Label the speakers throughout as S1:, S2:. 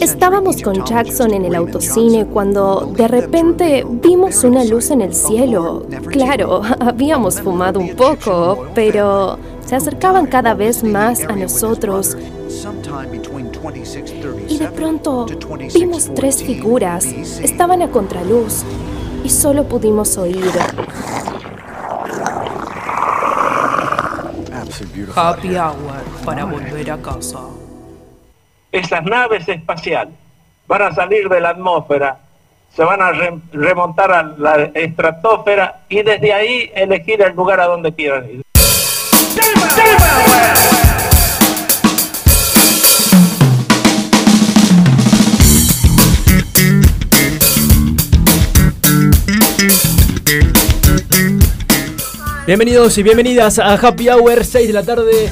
S1: Estábamos con Jackson en el autocine cuando de repente vimos una luz en el cielo. Claro, habíamos fumado un poco, pero se acercaban cada vez más a nosotros. Y de pronto vimos tres figuras. Estaban a contraluz y solo pudimos oír.
S2: Happy hour para volver a casa.
S3: Esas naves espaciales van a salir de la atmósfera, se van a re- remontar a la estratosfera y desde ahí elegir el lugar a donde quieran ir.
S4: Bienvenidos y bienvenidas a Happy Hour, 6 de la tarde.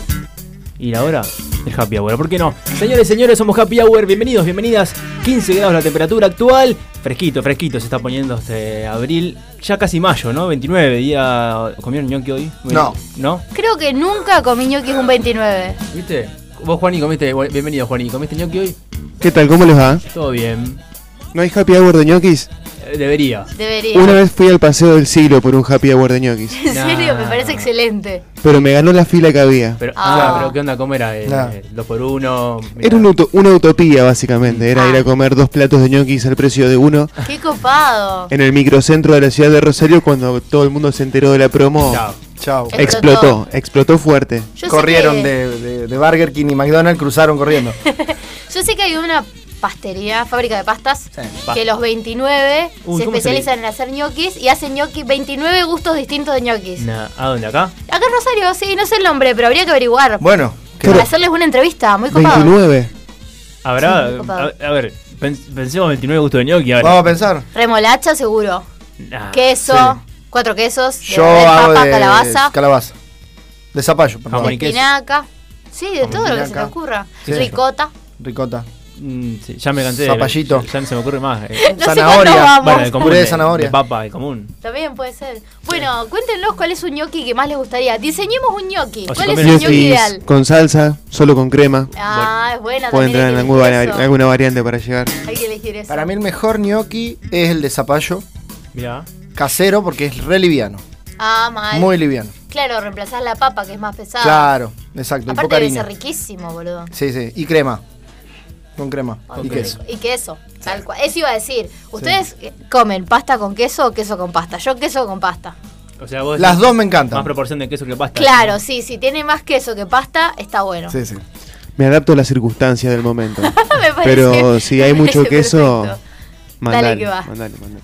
S4: Y la hora del Happy Hour, ¿por qué no? Señores, señores, somos Happy Hour, bienvenidos, bienvenidas. 15 grados la temperatura actual. Fresquito, fresquito, se está poniendo este abril. Ya casi mayo, ¿no? 29, día. ¿Comieron ñoqui hoy?
S5: No.
S4: ¿No?
S6: Creo que nunca comí ñoquis un 29.
S4: ¿Viste? Vos, Juaní, comiste. Bienvenido, Juaní. ¿Comiste ñoqui hoy?
S5: ¿Qué tal? ¿Cómo les va?
S4: Todo bien.
S5: ¿No hay happy hour de ñoquis?
S4: Eh, Debería.
S6: Debería.
S5: Una vez fui al paseo del siglo por un happy hour de ñoquis,
S6: En serio, me
S4: Nah.
S6: parece excelente.
S5: pero me ganó la fila que había.
S4: Pero,
S6: Ah.
S4: ah, pero ¿qué onda? ¿Cómo era? Eh,
S5: Nah.
S4: eh, ¿Dos por uno? Mirá.
S5: Era un uto- una utopía, básicamente. Era ir a comer dos platos de ñoquis al precio de uno
S6: Qué copado.
S5: en el microcentro de la ciudad de Rosario cuando todo el mundo se enteró de la promo.
S4: Chao.
S7: Chao.
S6: Eh,
S5: Explotó, explotó fuerte.
S6: Yo sé
S7: Corrieron
S6: que-
S7: de, de- de Burger King y McDonald's, cruzaron corriendo.
S6: Yo sé que hay una pastería, fábrica de pastas,
S4: Pa-
S6: que los 29
S4: Uy,
S6: se
S4: ¿cómo se
S6: especializan en hacer ñoquis y hacen ñoquis, 29 gustos distintos de ñoquis.
S4: Nah, ¿A dónde? ¿Acá?
S6: Acá en Rosario, sí, no sé el nombre, pero habría que averiguar.
S7: Bueno, que-
S6: para hacerles una entrevista, muy copado.
S5: 29.
S4: Habrá.
S6: Sí,
S4: a,
S6: copado.
S4: a ver, pen- pensemos 29 gusto de ñoqui. ahora.
S7: vamos a pensar.
S6: Remolacha, seguro.
S4: Nah.
S6: Queso, cuatro quesos, de
S7: Yo
S6: verdad,
S7: hago
S6: papa,
S7: de
S6: calabaza,
S7: calabaza. De zapallo, perdón.
S4: Jamón y queso.
S6: espinaca. Sí, de todo lo que se te
S7: espinaca.
S6: ocurra.
S7: Sí.
S6: Ricota.
S7: Ricota.
S4: Mm, sí, ya me cansé. de-
S7: Zapallito.
S4: Ya, no se me ocurre más. eh.
S6: No
S7: Zanahoria.
S6: sé cuándo
S4: Bueno,
S6: vamos.
S4: el común.
S7: Puré de
S4: de
S7: zanahoria.
S4: de papa, el común.
S6: También puede ser. Bueno, cuéntenos cuál es un ñoqui que más les gustaría. Diseñemos un ñoqui.
S4: O si
S6: ¿Cuál es
S4: comen
S6: el
S4: ñoquis
S6: ñoqui ideal?
S5: con salsa, solo con crema.
S6: Ah, es buena también.
S5: Puede entrar
S6: hay
S5: en
S6: que
S5: alguna,
S6: elegir eso.
S5: alguna variante para llegar.
S6: Hay que elegir eso.
S7: Para mí el mejor gnocchi es el de zapallo.
S4: Mirá.
S7: Casero porque es re liviano.
S6: Ah, mal.
S7: Muy liviano.
S6: Claro, reemplazás la papa que es más pesada.
S7: Claro, exacto. y poca
S6: Ah. Aparte debe
S7: harina.
S6: ser riquísimo, boludo.
S7: Sí, sí. Y crema. Con crema.
S6: Ay,
S7: y
S6: qué
S7: queso.
S6: rico. Y queso, tal cual. Eso iba a decir. ¿Ustedes eh, comen pasta con queso o queso con pasta? Yo queso con pasta.
S4: O sea, vos
S7: Las
S4: decís,
S7: dos me
S4: Más
S7: encantan.
S4: proporción de queso que pasta.
S6: Claro, sí, si tiene más queso que pasta, está bueno.
S7: Sí, sí.
S5: Me adapto a las circunstancias del momento.
S6: Me parece-
S5: Pero si hay
S6: me
S5: mucho
S6: parece
S5: queso,
S6: perfecto.
S5: mandale,
S6: que va.
S5: mandale, mandale.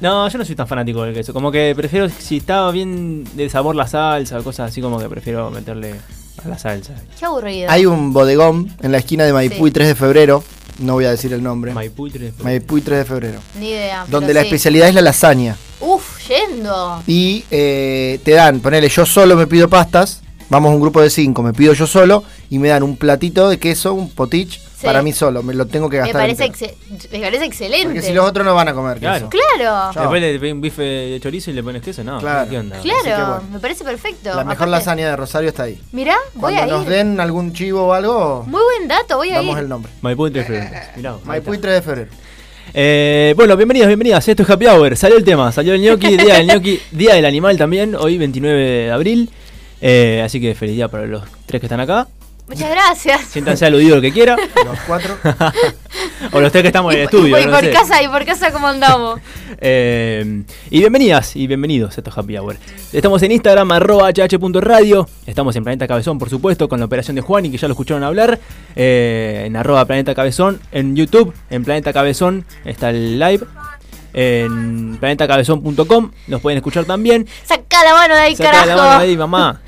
S4: No, yo no soy tan fanático del queso. Como que prefiero, si está bien de sabor la salsa, cosas así como que prefiero meterle a la salsa.
S6: Qué aburrido.
S7: Hay un bodegón en la esquina de Maipú y
S6: Sí.
S7: 3 de febrero. No voy a decir el nombre.
S4: Maipú y tres-
S7: Maipú y 3 de febrero.
S6: Ni idea. pero
S7: Donde la
S6: sí.
S7: especialidad es la lasaña.
S6: Uf, yendo.
S7: Y eh, te dan, ponele, yo solo me pido pastas. Vamos a un grupo de cinco, me pido yo solo y me dan un platito de queso, un potich, para mí solo. Me lo tengo que
S6: Me
S7: gastar.
S6: parece,
S7: entero.
S6: exce- me parece excelente.
S7: Porque si los otros no van a comer
S4: Claro.
S7: queso.
S6: Claro,
S7: Chao.
S4: Después le pedís un bife de chorizo y le pones queso. No,
S7: Claro.
S4: ¿qué onda?
S7: Así que
S6: claro,
S7: bueno.
S6: me parece perfecto.
S7: La mejor
S6: Aparte-
S7: lasaña de Rosario está ahí.
S6: Mirá, voy
S7: Cuando
S6: a
S7: nos
S6: ir.
S7: den algún chivo o algo,
S6: Muy buen dato, voy a
S7: damos
S6: ir.
S7: el nombre.
S4: Maipú y tres frescos. Mirá vos, ahí
S7: Maipú y
S4: está.
S7: 3 de febrero.
S4: Eh, bueno, bienvenidos, bienvenidas. Esto es Happy Hour. Salió el tema, salió el ñoqui, día del ñoqui, día del animal también, hoy 29 de abril. Eh, así que feliz día para los tres que están acá.
S6: Muchas gracias.
S4: Siéntanse aludido el que quiera.
S7: Los cuatro.
S4: o los tres que estamos en el
S6: y
S4: estudio.
S6: por, y
S4: no
S6: por
S4: sé.
S6: casa, y por casa, ¿cómo andamos?
S4: Eh, y bienvenidas y bienvenidos a estos Happy Hour. Estamos en Instagram, arroba hh.radio. Estamos en Planeta Cabezón, por supuesto, con la operación de Juan y que ya lo escucharon hablar. Eh, en arroba Planeta Cabezón, en YouTube, en Planeta Cabezón está el live. En planetacabezón.com nos pueden escuchar también.
S6: Sacá la mano de ahí,
S4: Saca
S6: carajo.
S4: la mano ahí, mamá.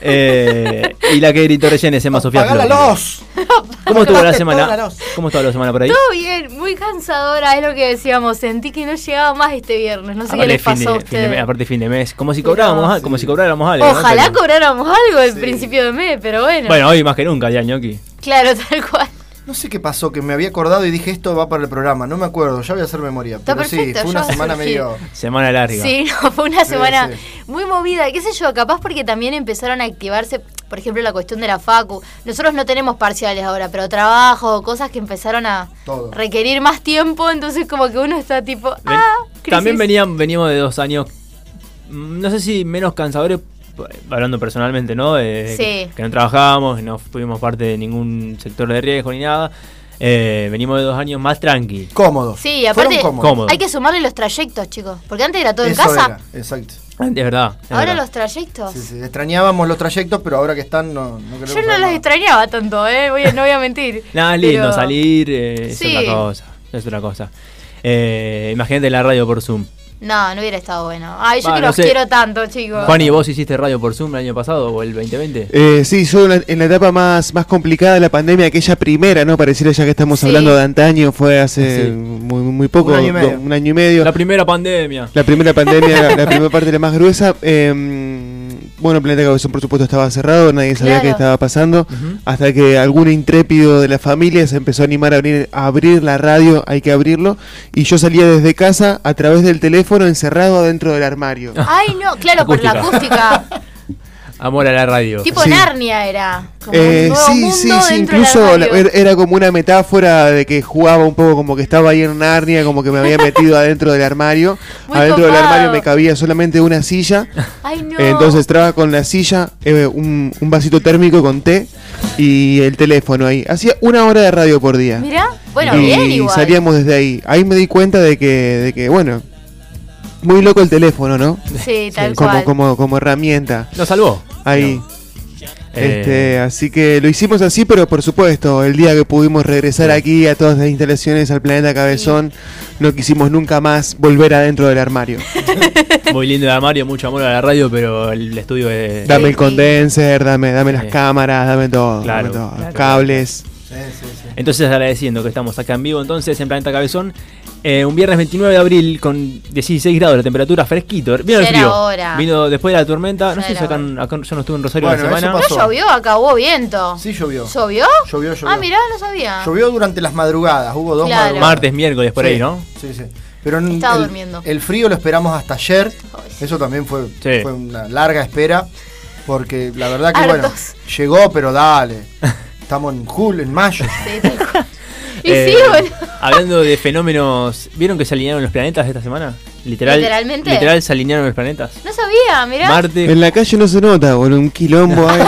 S4: Eh, y la que gritó recién es Emma Sofía.
S7: ¡Apagá la
S4: Flores.
S7: luz!
S4: ¿Cómo estuvo la
S7: Apagaste toda la
S4: semana?
S7: luz.
S4: ¿Cómo estuvo la semana por ahí?
S6: Todo bien, muy cansadora, es lo que decíamos. Sentí que no llegaba más este viernes. No sé qué
S4: Aparte
S6: les
S4: fin
S6: pasó
S4: de-
S6: a
S4: fin de mes,
S6: ustedes.
S4: aparte fin de mes, como si
S6: Mirá,
S4: cobráramos,
S6: sí.
S4: como si cobráramos algo. ¿no?
S6: Ojalá
S4: Pero-
S6: cobráramos algo en principio de mes, pero bueno.
S4: Bueno, hoy más que nunca, ya ñoqui.
S6: Claro, tal cual.
S7: No sé qué pasó, que me había acordado y dije esto va para el programa. No me acuerdo, ya voy a hacer memoria.
S6: Está
S7: pero
S6: perfecto,
S7: sí, fue
S6: ya
S7: una
S6: va a
S7: semana
S6: surgir.
S7: medio.
S4: Semana larga.
S6: Sí, no, fue una
S7: Sí,
S6: semana
S7: sí.
S6: muy movida, qué sé yo, capaz porque también empezaron a activarse por ejemplo, la cuestión de la facu. Nosotros no tenemos parciales ahora, pero trabajo, cosas que empezaron a
S7: Todo.
S6: requerir más tiempo, entonces como que uno está tipo, ah, crisis.
S4: También venían, veníamos de dos años, mm, no sé si menos cansadores, p- hablando personalmente, ¿no? Eh,
S6: Sí.
S4: que, que no trabajábamos, no fuimos parte de ningún sector de riesgo ni nada. Eh, venimos de dos años más tranqui.
S7: Cómodos.
S6: Sí,
S7: Fueron
S6: aparte
S7: cómodos.
S4: Cómodos.
S6: hay que sumarle los trayectos, chicos, porque antes era todo
S7: Eso
S6: en casa,
S7: era, exacto.
S4: Ah, Es verdad. es
S6: ahora
S4: verdad.
S6: los trayectos.
S7: Sí, sí, Extrañábamos los trayectos, pero ahora que están no, no queremos
S6: Yo no
S7: saber
S6: los
S7: nada.
S6: extrañaba tanto, ¿eh? Voy a- no voy a mentir.
S4: Nada, es lindo
S6: Pero-
S4: salir, eh,
S6: Sí.
S4: es otra cosa. Es otra cosa. Eh, imagínate la radio por Zoom.
S6: No, no hubiera estado bueno. Ay, yo
S4: Va,
S6: que
S4: no
S6: los
S4: sé.
S6: quiero tanto, chicos.
S4: Juan, ¿y vos hiciste radio por Zoom el año pasado o el 2020?
S5: Eh, sí, yo en la, en la etapa más, más complicada de la pandemia, aquella primera, ¿no? Pareciera ya que estamos
S6: Sí.
S5: hablando de antaño, fue hace
S4: Sí.
S5: muy, muy poco,
S7: Ah, Un año y
S5: do-
S7: medio.
S5: un año y medio.
S4: La primera pandemia.
S5: La primera pandemia, la, la primera parte la más gruesa. eh, bueno, Planeta Cabezón, por supuesto, estaba cerrado, nadie sabía
S6: Claro.
S5: qué estaba pasando. Hasta que algún intrépido de la familia se empezó a animar a abrir, a abrir la radio, hay que abrirlo. Y yo salía desde casa a través del teléfono encerrado dentro del armario.
S6: Ay, no, claro, por la acústica.
S4: Amor a la radio.
S6: tipo
S5: Sí.
S6: Narnia era. Como un
S5: Eh,
S6: nuevo
S5: sí,
S6: mundo
S5: sí, sí,
S6: dentro del
S5: incluso la-
S6: armario.
S5: er- era como una metáfora de que jugaba un poco como que estaba ahí en Narnia, como que me había metido adentro del armario.
S6: Muy
S5: adentro del armario
S6: copado.
S5: me cabía solamente una silla.
S6: Ay, no.
S5: Entonces traba con la silla, eh, un, un vasito térmico con té y el teléfono ahí. Hacía una hora de radio por día.
S6: Mirá, bueno,
S5: y
S6: bien igual.
S5: salíamos desde ahí. Ahí me di cuenta de que, de que bueno, muy loco el teléfono, ¿no?
S6: Sí, tal
S5: Como,
S6: cual.
S5: como, como herramienta.
S4: Nos salvó.
S5: Ahí.
S4: Eh,
S5: Este, así que lo hicimos así, pero por supuesto, el día que pudimos regresar aquí a todas las instalaciones al planeta Cabezón, no quisimos nunca más volver adentro del armario.
S4: Eh, Muy lindo el armario, mucho amor a la radio, pero el estudio es.
S5: Dame
S6: Sí,
S5: el
S6: sí.
S5: condenser, dame, dame las
S4: Sí.
S5: cámaras, dame todo,
S4: Claro,
S5: dame todo.
S4: claro.
S5: cables.
S4: Entonces agradeciendo que estamos acá en vivo entonces en Planeta Cabezón. eh, un viernes 29 de abril con 16 grados la temperatura, fresquito. Vino el
S6: Ya era
S4: frío.
S6: hora.
S4: Vino después de la tormenta. No sé
S6: Ya
S4: si
S6: era
S4: acá, en- acá- yo no estuve en Rosario
S7: Bueno,
S4: la semana.
S7: eso
S6: No
S7: pasó.
S6: llovió acá, hubo viento.
S7: Sí, llovió.
S6: ¿Llovió?
S7: Llovió, llovió.
S6: Ah, mirá, no sabía.
S7: Llovió durante las madrugadas, hubo dos
S6: Claro.
S7: madrugadas.
S4: Martes, miércoles, por
S7: Sí,
S4: ahí, ¿no?
S7: Sí, sí. Pero en-
S6: Estaba
S7: el,
S6: durmiendo.
S7: el frío lo esperamos hasta ayer.
S6: Ay, sí.
S7: Eso también fue,
S4: Sí.
S7: fue una larga espera. Porque la verdad que, bueno,
S6: Hartos.
S7: llegó, pero dale. Estamos en julio, en mayo.
S6: Sí, tal cual. y
S4: Eh,
S6: sí, boludo.
S4: Hablando de fenómenos, ¿vieron que se alinearon los planetas esta semana? Literal,
S6: ¿Literalmente?
S4: Literal se alinearon los planetas.
S6: No sabía, mirá.
S4: Marte,
S5: En la calle no se nota, boludo, un quilombo ahí.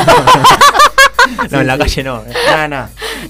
S4: no, en la calle no. eh.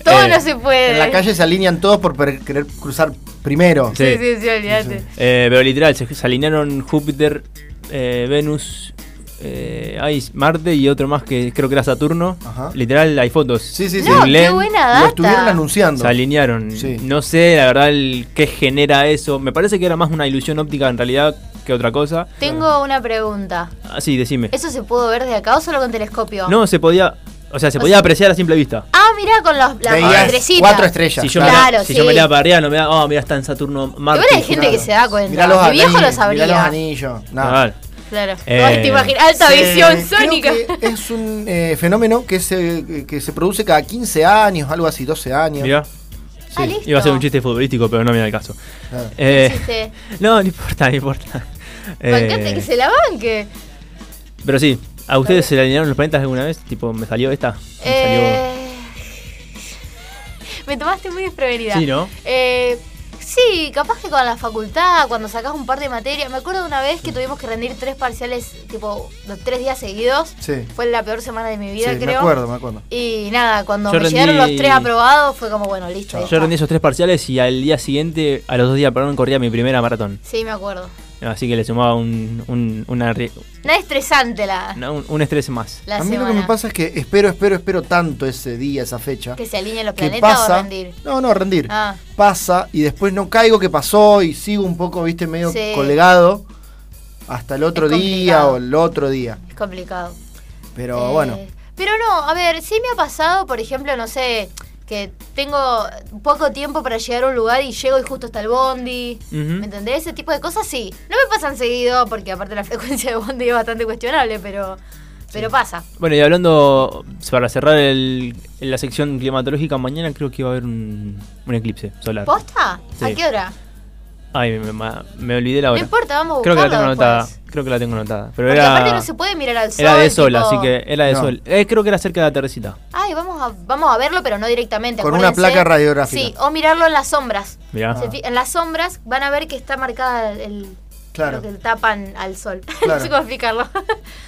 S6: todo
S4: eh,
S6: no se puede.
S7: En la calle se alinean todos por per- querer cruzar primero.
S6: Sí, sí, sí, olvídate.
S4: Eh, pero literal, se, se alinearon Júpiter, eh, Venus, eh, hay Marte y otro más que creo que era Saturno.
S7: Ajá.
S4: Literal, hay fotos.
S7: Sí, sí, sí.
S6: No, qué
S4: Len,
S6: buena
S7: Lo
S6: data.
S7: estuvieron anunciando.
S4: Se alinearon.
S7: Sí.
S4: No sé, la verdad, el- qué genera eso. Me parece que era más una ilusión óptica en realidad que otra cosa.
S6: Tengo una pregunta.
S4: Ah, sí, decime.
S6: ¿Eso se pudo ver desde acá o solo con telescopio?
S4: No, se podía. O sea, se podía apreciar a simple vista.
S6: Ah, mirá, con los, la
S7: Veías
S6: madrecita.
S7: cuatro estrellas.
S4: Si yo,
S7: claro.
S4: miraba-
S6: Claro,
S4: si yo
S6: sí.
S4: miraba para arriba, no me da. Oh, mira, está en Saturno, Marte.
S6: Igual hay gente que se da cuenta.
S7: Mirá los
S6: Mi viejo
S7: anillos,
S6: lo sabría.
S7: mirá los anillos. Nada.
S4: Claro.
S6: Claro.
S4: Eh,
S6: Ay, te imaginas, alta
S7: Se-
S6: visión
S7: creo
S6: sónica.
S7: que es un eh, fenómeno que se, que se produce cada 15 años, algo así, 12 años.
S4: Mirá.
S6: Ah, listo.
S4: Iba a ser un chiste futbolístico, pero no me da el caso.
S7: Claro.
S4: Eh,
S6: Hiciste.
S4: no, no importa, no importa. Eh,
S6: Bancate que se la banque.
S4: Pero sí, ¿a ustedes se le alinearon los planetas alguna vez? Tipo, me salió esta. Me
S6: Eh, me tomaste muy desprevenida.
S4: Sí, ¿no?
S6: Eh, sí, capaz que con la facultad, cuando sacás un par de materias. Me acuerdo de una vez que tuvimos que rendir tres parciales, tipo, los tres días seguidos.
S7: Sí.
S6: Fue la peor semana de mi
S7: Sí,
S6: vida, creo.
S7: me acuerdo, me acuerdo.
S6: Y nada, cuando
S4: Yo
S6: me
S4: rendí-
S6: llegaron los tres aprobados, fue como, bueno, listo. ya
S4: Yo
S6: está.
S4: rendí esos tres parciales y al día siguiente, a los dos días, perdón, corría mi primera maratón.
S6: Sí, me acuerdo.
S4: Así que le sumaba un, un, una ri-
S6: Nada estresante la,
S4: no, un- un estrés más.
S6: la
S7: a mí
S6: semana.
S7: lo que me pasa es que espero, espero, espero tanto ese día, esa fecha.
S6: ¿Que se alineen los
S7: que
S6: planetas
S7: pasa.
S6: o rendir.
S7: No, no, rendir.
S6: Ah.
S7: Pasa y después no caigo que pasó y sigo un poco, viste, medio
S6: Sí.
S7: colgado hasta el otro
S6: Es
S7: día
S6: complicado.
S7: o el otro día.
S6: Es complicado.
S7: Pero
S6: Eh,
S7: bueno,
S6: Pero no, a ver, sí me ha pasado, por ejemplo, no sé, que tengo poco tiempo para llegar a un lugar y llego y justo está el bondi.
S4: Ujú.
S6: ¿Me entendés? Ese tipo de cosas sí. No me pasan seguido, porque aparte la frecuencia de bondi es bastante cuestionable, pero, pero pasa.
S4: Bueno, y hablando, para cerrar el- la sección climatológica, mañana creo que va a haber un, un eclipse solar.
S6: ¿Posta?
S7: Ah,
S4: Sí.
S6: ¿A qué hora?
S4: Ay, me, ma- me olvidé la hora.
S6: No importa, vamos a
S4: Creo que la tengo
S6: buscarlo
S4: anotada.
S6: después.
S4: Creo que la tengo anotada. Pero
S6: Porque aparte
S4: era,
S6: no se puede mirar al sol.
S4: era de sol,
S6: tipo-
S4: así que era de
S7: No.
S4: sol. Eh, creo que era cerca de la terracita.
S6: Ay, vamos a, vamos a verlo, pero no directamente.
S7: Con una
S6: acuérdense.
S7: placa radiográfica. Ah.
S6: Sí, o mirarlo en las sombras.
S4: Mirá.
S6: Se fi- En las sombras van a ver que está marcada el- el.
S7: Claro.
S6: Lo que tapan al sol.
S7: Claro.
S6: no sé cómo explicarlo.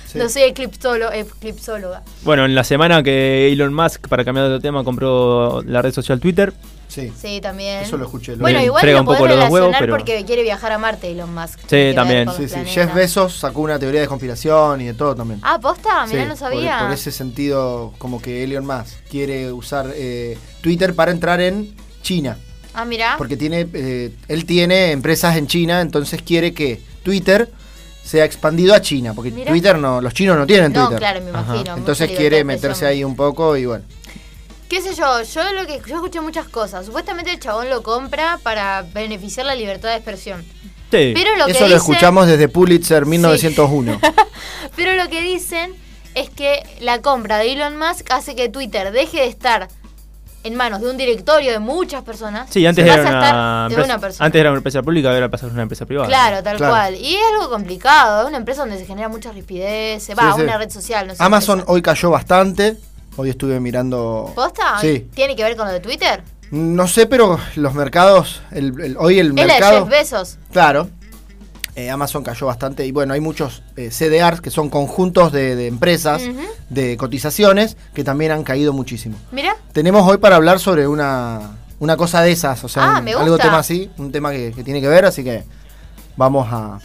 S7: Sí.
S6: No soy eclipsolo- eclipsóloga.
S4: Bueno, en la semana que Elon Musk, para cambiar de tema, compró la red social Twitter.
S7: Sí.
S6: Sí, también.
S7: Eso lo escuché, lo
S6: Bueno,
S4: vi.
S6: igual
S4: Frega
S6: lo
S4: un poco
S6: podés
S4: lo de los
S6: relacionar
S4: huevos, pero-
S6: porque quiere viajar a Marte Elon Musk. Tiene que ver
S4: también.
S6: con los
S7: Sí, sí.
S6: planetas.
S7: Jeff Bezos sacó una teoría de conspiración y de todo también.
S6: Ah, posta, mirá,
S7: Sí,
S6: no
S7: por-
S6: sabía.
S7: Por, ese sentido, como que Elon Musk quiere usar eh, Twitter para entrar en China.
S6: Ah, mirá.
S7: Porque tiene, eh, él tiene empresas en China, entonces quiere que Twitter sea expandido a China. Porque
S6: Mirá.
S7: Twitter no, los chinos no tienen
S6: No,
S7: Twitter.
S6: claro, me
S4: Ajá.
S6: imagino.
S7: Entonces
S6: mucha libertad
S7: quiere
S6: de
S7: meterse
S6: expresión.
S7: ahí un poco y bueno.
S6: qué sé yo, yo lo que yo escuché muchas cosas. Supuestamente el chabón lo compra para beneficiar la libertad de expresión.
S4: Sí.
S6: Pero lo que
S7: Eso
S6: dicen,
S7: lo escuchamos desde Pulitzer 1901.
S6: Pero lo que dicen es que la compra de Elon Musk hace que Twitter deje de estar en manos de un directorio de muchas personas.
S4: Sí, antes
S6: y
S4: era
S6: pasa a
S4: una,
S6: estar de
S4: empresa,
S6: una persona.
S4: antes era una empresa pública, ahora pasa a ser una empresa privada.
S6: Claro, tal
S7: Claro.
S6: cual. Y es algo complicado, es una empresa donde se genera mucha rispidez, va,
S7: Sí, sí.
S6: una red social, no sé.
S7: Amazon
S6: empresa.
S7: hoy cayó bastante. Hoy estuve mirando.
S6: ¿Posta?
S7: Sí.
S6: ¿Tiene que ver con lo de Twitter?
S7: No sé, pero los mercados. El, el- hoy el
S6: Es la de
S7: mercado.
S6: Jeff Bezos.
S7: Claro. Eh, Amazon cayó bastante. Y bueno, hay muchos eh, CDRs que son conjuntos de, de empresas,
S6: Ujú.
S7: de cotizaciones, que también han caído muchísimo.
S6: Mira,
S7: Tenemos hoy para hablar sobre una, una cosa de esas. O sea,
S6: Ah,
S7: un-
S6: me
S7: algo
S6: gusta.
S7: tema así, un tema que, que tiene que ver. Así que vamos a.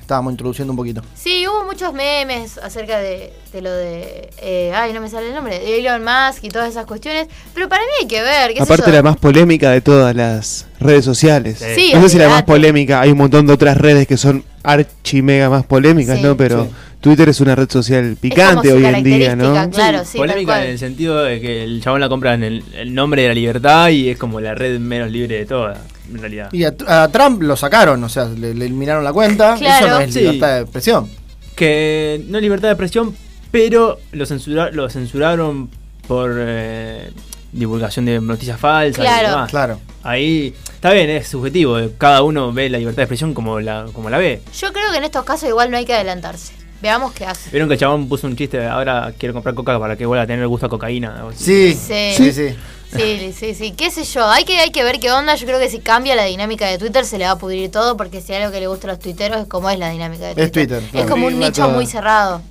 S7: Estábamos introduciendo un poquito.
S6: sí, hubo muchos memes acerca de, de lo de. eh, ay, no me sale el nombre. De Elon Musk y todas esas cuestiones. Pero para mí hay que ver, qué
S5: Aparte
S6: sé yo.
S5: la más polémica de todas las redes sociales.
S6: Sí,
S5: no sé si la más
S6: olvidate.
S5: polémica, hay un montón de otras redes que son archi mega más polémicas,
S6: Sí.
S5: ¿no? Pero
S7: Sí.
S5: Twitter es una red social
S6: Es como
S5: picante
S6: su
S5: hoy en día, ¿no?
S6: característica, Claro, sí, tal
S4: Polémica
S6: cual.
S4: en el sentido de que el chabón la compra en el, el nombre de la libertad y es como la red menos libre de todas, en realidad.
S7: Y a, a Trump lo sacaron, o sea, le, le eliminaron la cuenta.
S6: Claro.
S7: Eso no es
S4: Sí.
S7: libertad de expresión.
S4: Que no libertad de expresión, pero lo, censura- lo censuraron por eh, divulgación de noticias falsas
S6: Claro.
S4: y demás.
S7: Claro.
S4: Ahí está bien, es subjetivo. eh, Cada uno ve la libertad de expresión como la, como la ve.
S6: Yo creo que en estos casos igual no hay que adelantarse. Veamos qué hace.
S4: Vieron que el chabón puso un chiste, ahora quiero comprar coca para que vuelva a tener gusto a cocaína. algo así.
S7: Sí.
S6: Sí.
S7: Sí, sí.
S6: Sí, sí, sí, qué sé yo, hay que, hay que ver qué onda, yo creo que si cambia la dinámica de Twitter se le va a pudrir todo, porque si hay algo que le gusta a los tuiteros es como es la dinámica de Twitter.
S7: Es Twitter, claro.
S6: Es como un
S5: Arriba
S6: nicho
S5: todo.
S6: muy cerrado.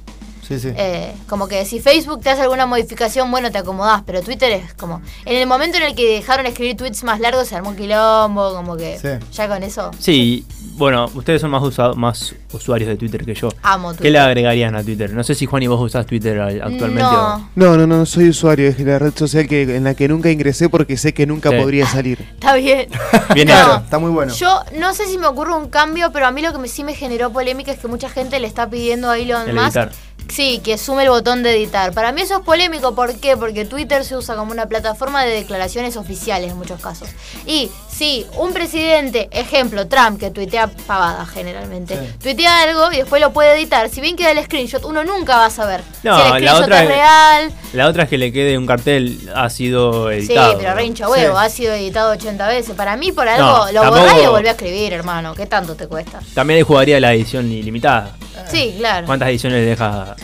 S7: Sí, sí.
S6: Eh, como que si Facebook te hace alguna modificación, bueno, te acomodás, pero Twitter es como... En el momento en el que dejaron escribir tweets más largos se armó un quilombo, como que
S7: Sí.
S6: ya con eso
S4: Sí, bueno, ustedes son más, usa- más usuarios de Twitter que yo.
S6: amo
S4: ¿Qué
S6: Twitter.
S4: le agregarían a Twitter? No sé si Juan y vos usás Twitter al- actualmente.
S6: No,
S5: No, no, no, no soy usuario, es la red social que, en la que nunca ingresé porque sé que nunca
S4: Sí.
S5: podría salir.
S6: está bien.
S4: o- Viene
S6: No.
S7: Claro, está muy bueno.
S6: Yo no sé si me ocurre un cambio, pero a mí lo que me- sí me generó polémica es que mucha gente le está pidiendo a Elon
S4: El
S6: Musk
S4: editar.
S6: sí, que sume el botón de editar. Para mí eso es polémico, ¿por qué? Porque Twitter se usa como una plataforma de declaraciones oficiales en muchos casos. Y si un presidente, ejemplo, Trump, que tuitea pavadas generalmente,
S7: Sí.
S6: tuitea algo y después lo puede editar, si bien queda el screenshot, uno nunca va a saber
S4: No,
S6: si el
S4: la
S6: screenshot
S4: otra
S6: es
S4: es-
S6: real.
S4: La otra es que le quede un cartel, ha sido editado.
S6: sí, pero
S4: ¿no?
S6: rincha huevo,
S7: Sí.
S6: ha sido editado 80 veces. Para mí, por algo,
S4: No,
S6: lo
S4: tampoco-
S6: borrás y lo volvés a escribir, hermano. ¿Qué tanto te cuesta?
S4: También le jugaría la edición ilimitada.
S6: Sí, claro.
S4: ¿Cuántas ediciones le deja?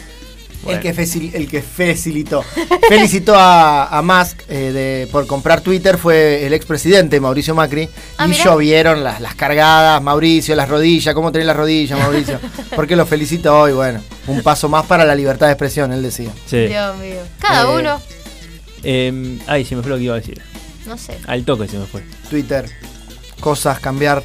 S4: Bueno.
S7: El que, feci- el que felicitó. Felicitó a, a Musk eh, de- por comprar Twitter fue el expresidente Mauricio Macri.
S6: Ah,
S7: y
S6: mirá.
S7: llovieron las, las cargadas, Mauricio, las rodillas, ¿cómo tenés las rodillas, Mauricio? Porque lo felicito hoy, bueno. Un paso más para la libertad de expresión, él decía.
S4: Sí.
S6: Dios mío. Cada
S7: Eh,
S6: uno,
S4: Eh, ay, se me fue lo que iba a decir.
S6: no sé.
S4: Al toque se me fue.
S7: Twitter, cosas, cambiar.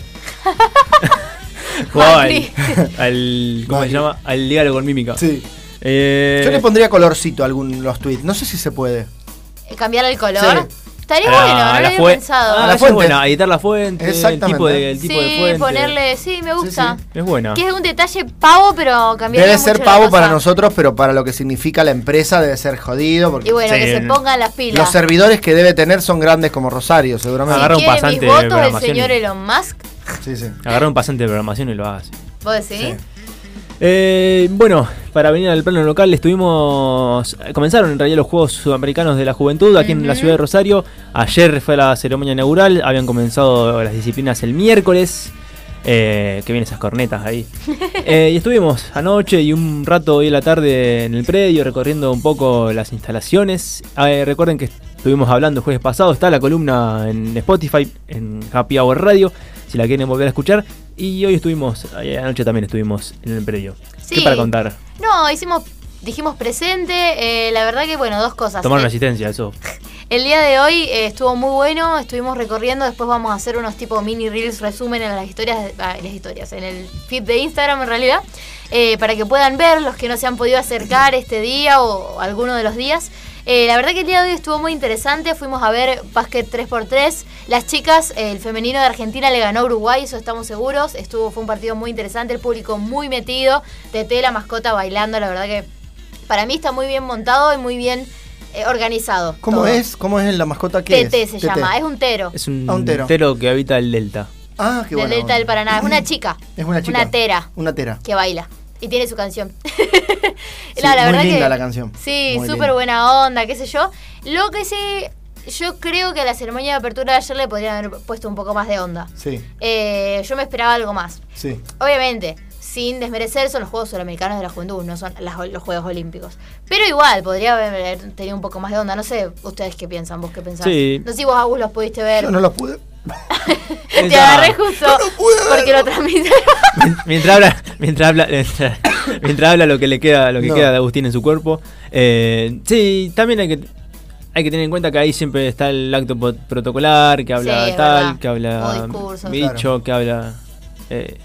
S4: Jugaba al,
S6: Macri.
S4: al- ¿Cómo
S7: Macri.
S4: se llama? Al diálogo con mímica.
S7: Sí.
S4: Eh,
S7: Yo le pondría colorcito a algunos los tweets. No sé si se puede.
S6: eh, Cambiar el color. Estaría
S4: a la-
S6: bueno,
S4: a
S6: no lo
S4: Ah, la
S6: había
S4: fue-
S6: pensado.
S4: Ah,
S7: A la
S4: esa
S7: fuente.
S4: Es buena, a editar la fuente, el
S7: Exactamente.
S4: tipo de, el tipo de
S6: sí,
S4: fuente.
S6: ponerle, sí, me gusta.
S4: Es buena.
S6: Que es un detalle pavo, pero cambiar
S7: Debe ser pavo para nosotros, pero para lo que significa la empresa debe ser jodido. Porque
S6: Y bueno,
S4: Sí,
S6: que se
S4: el-
S6: pongan las
S7: Los
S6: pilas. Si
S7: servidores que debe tener son grandes como Rosario, seguramente.
S4: Agarra un
S6: quiere
S4: pasante de
S6: mis votos el
S4: programación y-
S6: señor Elon Musk,
S7: Sí, sí.
S4: Agarra un pasante de programación y lo hagas.
S6: vos decís.
S7: Sí.
S4: Eh, bueno, para venir al plano local estuvimos, eh, comenzaron en realidad los Juegos Sudamericanos de la Juventud aquí en la ciudad de Rosario. Ayer fue la ceremonia inaugural, habían comenzado las disciplinas el miércoles. Eh, que vienen esas cornetas ahí. Eh, y estuvimos anoche y un rato hoy en la tarde en el predio recorriendo un poco las instalaciones. Eh, recuerden que estuvimos hablando el jueves pasado, está la columna en Spotify, en Happy Hour Radio, si la quieren volver a escuchar. Y hoy estuvimos, eh, anoche también estuvimos en el predio.
S6: Sí.
S4: ¿Qué para contar?
S6: No, hicimos, dijimos presente. eh, la verdad que, bueno, dos cosas.
S4: Tomaron
S6: Eh,
S4: asistencia, eso.
S6: El día de hoy eh, estuvo muy bueno, estuvimos recorriendo, después vamos a hacer unos tipo mini reels resumen en las historias, ah, en las historias, en el feed de Instagram en realidad, eh, para que puedan ver los que no se han podido acercar este día o, alguno de los días. Eh, la verdad que el día de hoy estuvo muy interesante, fuimos a ver básquet 3x3, las chicas, eh, el femenino de Argentina le ganó a Uruguay, eso estamos seguros, estuvo, fue un partido muy interesante, el público muy metido, Tete la mascota bailando, la verdad que para mí está muy bien montado y muy bien eh, organizado.
S7: ¿Cómo
S6: todo.
S7: es? ¿Cómo es la mascota que es?
S6: TT se llama, es un tero.
S4: Es un
S7: A un tero.
S4: tero que habita el delta.
S7: Ah, qué
S6: del
S7: bueno.
S6: Delta del Paraná. Es una chica.
S7: Es una chica.
S6: Una tera
S7: Una tera.
S6: que baila. Y tiene su canción.
S7: Sí,
S6: No,
S7: muy linda la canción.
S6: Sí,
S7: Muy
S6: súper
S7: linda.
S6: buena onda, qué sé yo. Lo que sí, yo creo que a la ceremonia de apertura de ayer le podrían haber puesto un poco más de onda.
S7: Sí,
S6: Eh, yo me esperaba algo más.
S7: sí.
S6: Obviamente, sin desmerecer, son los Juegos Sudamericanos de la Juventud, no son las- los Juegos Olímpicos. Pero igual, podría haber tenido un poco más de onda. No sé, ustedes qué piensan, vos qué pensás.
S4: Sí.
S6: No sé si vos, Agus, los pudiste ver.
S7: Yo no lo pude.
S6: Te
S4: Esa-
S6: agarré justo porque lo transmití.
S4: Mien- mientras habla, mientras habla, mientras, mientras habla lo que le queda, lo que
S7: No.
S4: queda de Agustín en su cuerpo. Eh, sí, también hay que hay que tener en cuenta que ahí siempre está el acto po- protocolar, que habla
S6: Sí, es
S4: tal,
S6: verdad.
S4: que habla
S6: O discursos.
S4: bicho, que habla. eh,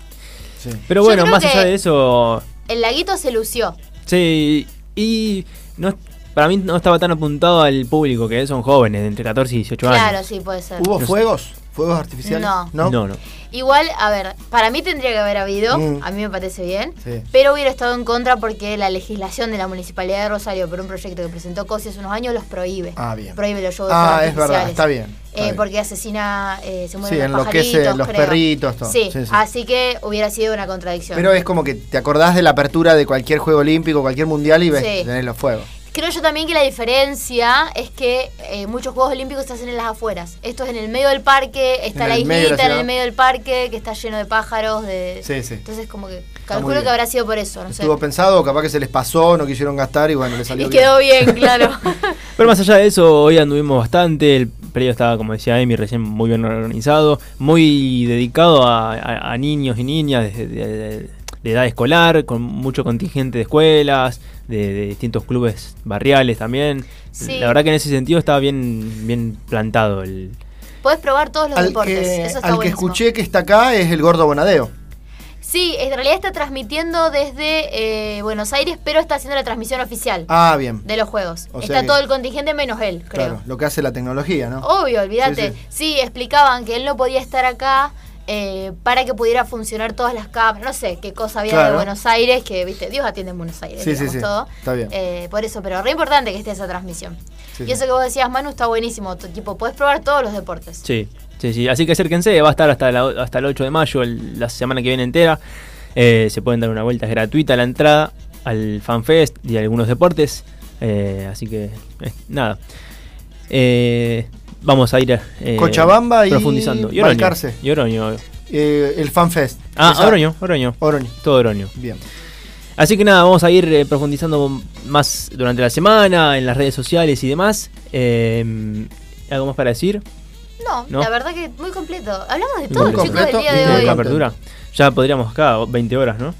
S7: Sí.
S4: Pero
S6: Yo
S4: bueno,
S6: creo
S4: más
S6: que-
S4: allá de eso,
S6: El laguito se lució.
S4: sí, y no para mí no estaba tan apuntado al público que son jóvenes de entre 14 y 18
S6: Claro,
S4: años.
S6: sí, puede ser.
S7: ¿Hubo
S4: No sé.
S7: fuegos? ¿Fuegos artificiales?
S6: No.
S7: ¿No?
S4: No, no.
S6: Igual, a ver, para mí tendría que haber habido,
S7: Mm.
S6: a mí me parece bien,
S7: Sí.
S6: pero hubiera estado en contra porque la legislación de la Municipalidad de Rosario por un proyecto que presentó COSI hace unos años los prohíbe.
S7: Ah, bien.
S6: Prohíbe los shows
S7: Ah, es verdad, está bien. está
S6: Eh,
S7: bien.
S6: porque asesina, eh, se mueren
S7: Sí,
S6: los
S7: enloquece
S6: pajaritos,
S7: los
S6: creo.
S7: perritos, todo.
S6: Sí,
S7: Sí, sí.
S6: así que hubiera sido una contradicción.
S7: Pero es como que te acordás de la apertura de cualquier juego olímpico, cualquier mundial y ves,
S6: Sí.
S7: tenés los fuegos.
S6: Creo yo también que la diferencia es que eh, muchos Juegos Olímpicos se hacen en las afueras. Esto es en el medio del parque, está
S7: En
S6: la
S7: el medio de la
S6: islita en
S7: ciudad.
S6: el medio del parque, que está lleno de pájaros, de...
S7: Sí, sí.
S6: Entonces como que
S7: muy
S6: calculo
S7: bien.
S6: que habrá sido por eso, no sé.
S7: Estuvo pensado, o capaz que se les pasó, no quisieron gastar y bueno, les salió
S6: Y quedó
S7: bien.
S6: bien, claro.
S4: Pero más allá de eso, hoy anduvimos bastante, el predio estaba, como decía Amy, recién muy bien organizado, muy dedicado a, a- a niños y niñas de, de- de- de edad escolar, con mucho contingente de escuelas, de, de distintos clubes barriales también.
S6: Sí.
S4: La verdad que en ese sentido estaba bien, bien plantado el...
S6: Podés probar todos los
S7: Al,
S6: deportes,
S7: que,
S6: eso está
S7: al que
S6: buenísimo.
S7: escuché que está acá es el gordo Bonadeo.
S6: Sí, en realidad está transmitiendo desde eh, Buenos Aires, pero está haciendo la transmisión oficial
S7: Ah, bien.
S6: de los Juegos.
S7: O sea
S6: está
S7: que-
S6: todo el contingente menos él, creo. Oh,
S7: Claro, lo que hace la tecnología, ¿no?
S6: Obvio, olvídate.
S7: Sí,
S6: Sí, explicaban que él no podía estar acá eh, para que pudiera funcionar todas las cámaras. No sé qué cosa había
S7: Claro.
S6: de Buenos Aires, que viste, Dios atiende en Buenos Aires.
S7: Sí, sí,
S6: digamos,
S7: sí.
S6: todo.
S7: Está bien.
S6: Eh, por eso, pero re importante que esté esa transmisión.
S7: Sí,
S6: y
S7: sí.
S6: eso que vos decías, Manu, está buenísimo. Tu- Tipo, podés probar todos los deportes.
S4: Sí, sí, sí. Así que acérquense, va a estar hasta, la- hasta el 8 de mayo, el- la semana que viene entera. Eh, se pueden dar una vuelta, es gratuita la entrada al FanFest y a algunos deportes. Eh, así que, eh, nada. Eh, vamos a ir eh,
S7: Cochabamba y
S4: profundizando. Oroño,
S7: Balcarce.
S4: Y Oroño.
S7: Eh, el FanFest.
S4: Ah,
S7: Esa-
S4: Oroño, Oroño.
S7: Oroño.
S4: Todo Oroño.
S7: Bien.
S4: Así que nada, vamos a ir eh, profundizando más durante la semana, en las redes sociales y demás. Eh, ¿Algo más para decir?
S6: No,
S4: No.
S6: la verdad que muy completo. Hablamos de
S4: Muy
S6: todo,
S4: completo.
S6: chicos, el día de
S7: Muy
S4: Desde
S6: hoy.
S4: la
S7: completo.
S4: apertura. Ya podríamos acá, 20 horas, ¿no?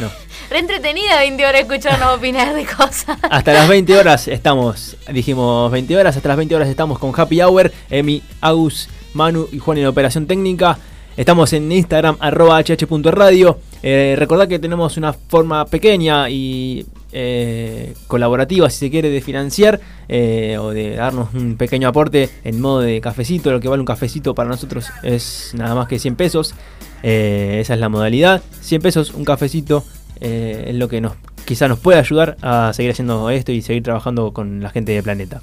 S4: No.
S6: Re entretenida 20 horas escucharnos opinar de cosas.
S4: Hasta las 20 horas estamos, dijimos 20 horas, hasta las 20 horas estamos con Happy Hour, Emi, Agus, Manu y Juan en Operación Técnica. Estamos en Instagram, arroba hh.radio. Eh, recordad que tenemos una forma pequeña y eh, colaborativa, si se quiere, de financiar eh, o de darnos un pequeño aporte en modo de cafecito. Lo que vale un cafecito para nosotros es nada más que 100 pesos. Eh, esa es la modalidad. 100 pesos, un cafecito, eh, es lo que nos quizá nos puede ayudar a seguir haciendo esto y seguir trabajando con la gente de Planeta.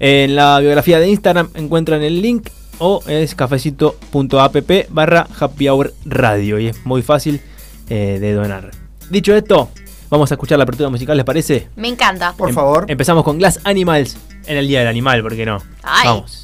S4: En la biografía de Instagram encuentran el link o es cafecito.app barra happy hour radio y es muy fácil eh, de donar. Dicho esto, vamos a escuchar la apertura musical, ¿les parece?
S6: Me encanta.
S7: Por
S4: Em-
S7: favor.
S4: Empezamos con Glass Animals en el Día del Animal, ¿por qué no?
S6: Ay.
S4: Vamos.